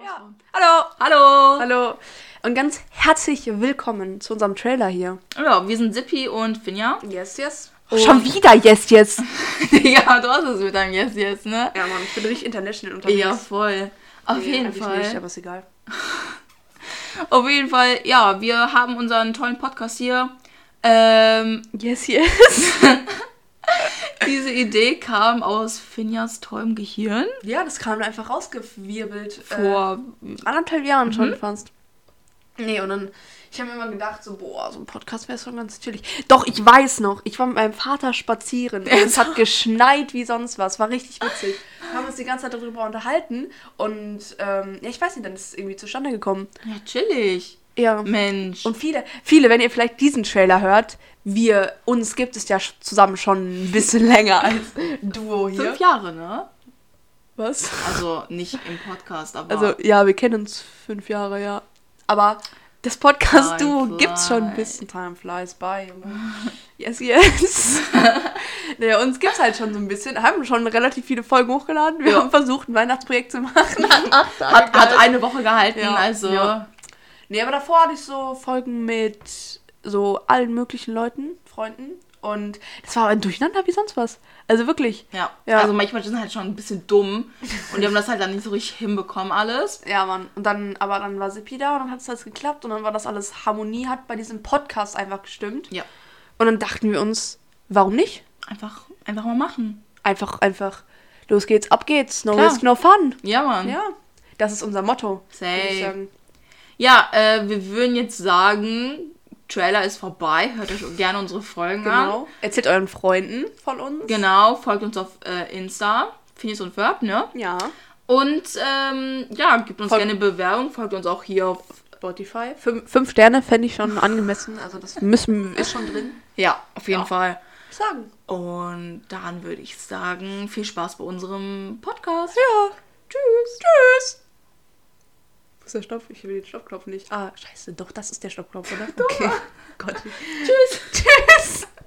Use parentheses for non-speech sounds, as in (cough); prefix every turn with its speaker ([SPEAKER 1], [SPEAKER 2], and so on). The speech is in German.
[SPEAKER 1] Ja. Hallo.
[SPEAKER 2] Hallo.
[SPEAKER 1] Hallo. Und ganz herzlich willkommen zu unserem Trailer hier.
[SPEAKER 2] Ja, wir sind Sippi und Finja.
[SPEAKER 1] Yes, yes.
[SPEAKER 2] Und-
[SPEAKER 1] Schon wieder yes, yes.
[SPEAKER 2] (laughs) ja, du hast es mit deinem Yes Yes, ne?
[SPEAKER 1] Ja, Mann, ich bin richtig international unterwegs.
[SPEAKER 2] Ja, voll. Auf
[SPEAKER 1] Nee,
[SPEAKER 2] jeden
[SPEAKER 1] eigentlich Nicht,
[SPEAKER 2] Fall.
[SPEAKER 1] aber ist egal.
[SPEAKER 2] Auf jeden Fall, ja, wir haben unseren tollen Podcast hier. Ähm,
[SPEAKER 1] Yes, yes.
[SPEAKER 2] diese Idee kam aus Finjas tollem Gehirn
[SPEAKER 1] Ja, das kam einfach rausgewirbelt.
[SPEAKER 2] Äh,
[SPEAKER 1] Vor Mhm.
[SPEAKER 2] vor.
[SPEAKER 1] anderthalb Jahren schon fast. Nee, und dann, ich habe mir immer gedacht, so, boah, so ein Podcast wäre schon ganz chillig. Doch, ich weiß noch, ich war mit meinem Vater spazieren und es hat geschneit wie sonst was. War richtig witzig. Wir haben uns die ganze Zeit darüber unterhalten und, ähm, ja, ich weiß nicht, dann ist es irgendwie zustande gekommen.
[SPEAKER 2] Ja, chillig.
[SPEAKER 1] Ja.
[SPEAKER 2] Mensch.
[SPEAKER 1] Und viele, viele, wenn ihr vielleicht diesen Trailer hört, wir, uns gibt es ja sch- zusammen schon ein bisschen (laughs) länger als Duo hier.
[SPEAKER 2] fünf Jahre, ne?
[SPEAKER 1] Was?
[SPEAKER 2] Also nicht im Podcast, aber.
[SPEAKER 1] Also, ja, wir kennen uns fünf Jahre, ja. Aber das Podcast-Duo
[SPEAKER 2] Time
[SPEAKER 1] gibt's schon ein
[SPEAKER 2] flies.
[SPEAKER 1] bisschen. Time flies by. Junge. (laughs) Yes, yes. (laughs) naja, uns gibt's halt schon so ein bisschen. Haben schon relativ viele Folgen hochgeladen. Wir
[SPEAKER 2] Ja.
[SPEAKER 1] haben versucht, ein Weihnachtsprojekt zu machen.
[SPEAKER 2] hat, hat eine Woche gehalten,
[SPEAKER 1] Ja,
[SPEAKER 2] also.
[SPEAKER 1] ja. Nee, aber davor hatte ich so Folgen mit so allen möglichen Leuten, Freunden. Und das war ein Durcheinander wie sonst was. Also wirklich.
[SPEAKER 2] Ja.
[SPEAKER 1] Ja.
[SPEAKER 2] also manchmal sind halt schon ein bisschen dumm und die haben das halt dann nicht so richtig hinbekommen alles.
[SPEAKER 1] Ja, Mann. Und dann, aber dann war Sippi da und dann hat es alles geklappt und dann war das alles Harmonie, hat bei diesem Podcast einfach gestimmt.
[SPEAKER 2] Ja,
[SPEAKER 1] Und dann dachten wir uns, warum nicht?
[SPEAKER 2] einfach, einfach mal machen.
[SPEAKER 1] Einfach, einfach, los geht's, ab geht's, no
[SPEAKER 2] Klar.
[SPEAKER 1] risk, no fun.
[SPEAKER 2] Ja, Mann. Ja,
[SPEAKER 1] Ja, das ist unser Motto.
[SPEAKER 2] Safe.
[SPEAKER 1] würde ich sagen.
[SPEAKER 2] äh, wir würden jetzt sagen, Trailer ist vorbei, hört euch gerne unsere Folgen an.
[SPEAKER 1] Genau. Erzählt euren Freunden von uns.
[SPEAKER 2] Genau, folgt uns auf äh, Insta, Phineas und Verb, ne?
[SPEAKER 1] Ja.
[SPEAKER 2] Und ähm, ja, gebt uns
[SPEAKER 1] Folgt-
[SPEAKER 2] gerne Bewerbung, folgt uns auch hier auf.
[SPEAKER 1] Spotify. Fünf, fünf Sterne fände ich schon angemessen. Also das müssen, ist schon drin.
[SPEAKER 2] Ja, auf jeden Fall.
[SPEAKER 1] Sagen.
[SPEAKER 2] Und dann würde ich sagen, viel Spaß bei unserem Podcast.
[SPEAKER 1] Ja. Tschüss. Tschüss. Wo ist der Stopp? Ich will den Stoppknopf nicht. Ah, scheiße. Doch, das ist der Stoppknopf, oder? Okay. (laughs) Gott.
[SPEAKER 2] (laughs) Tschüss.
[SPEAKER 1] Tschüss.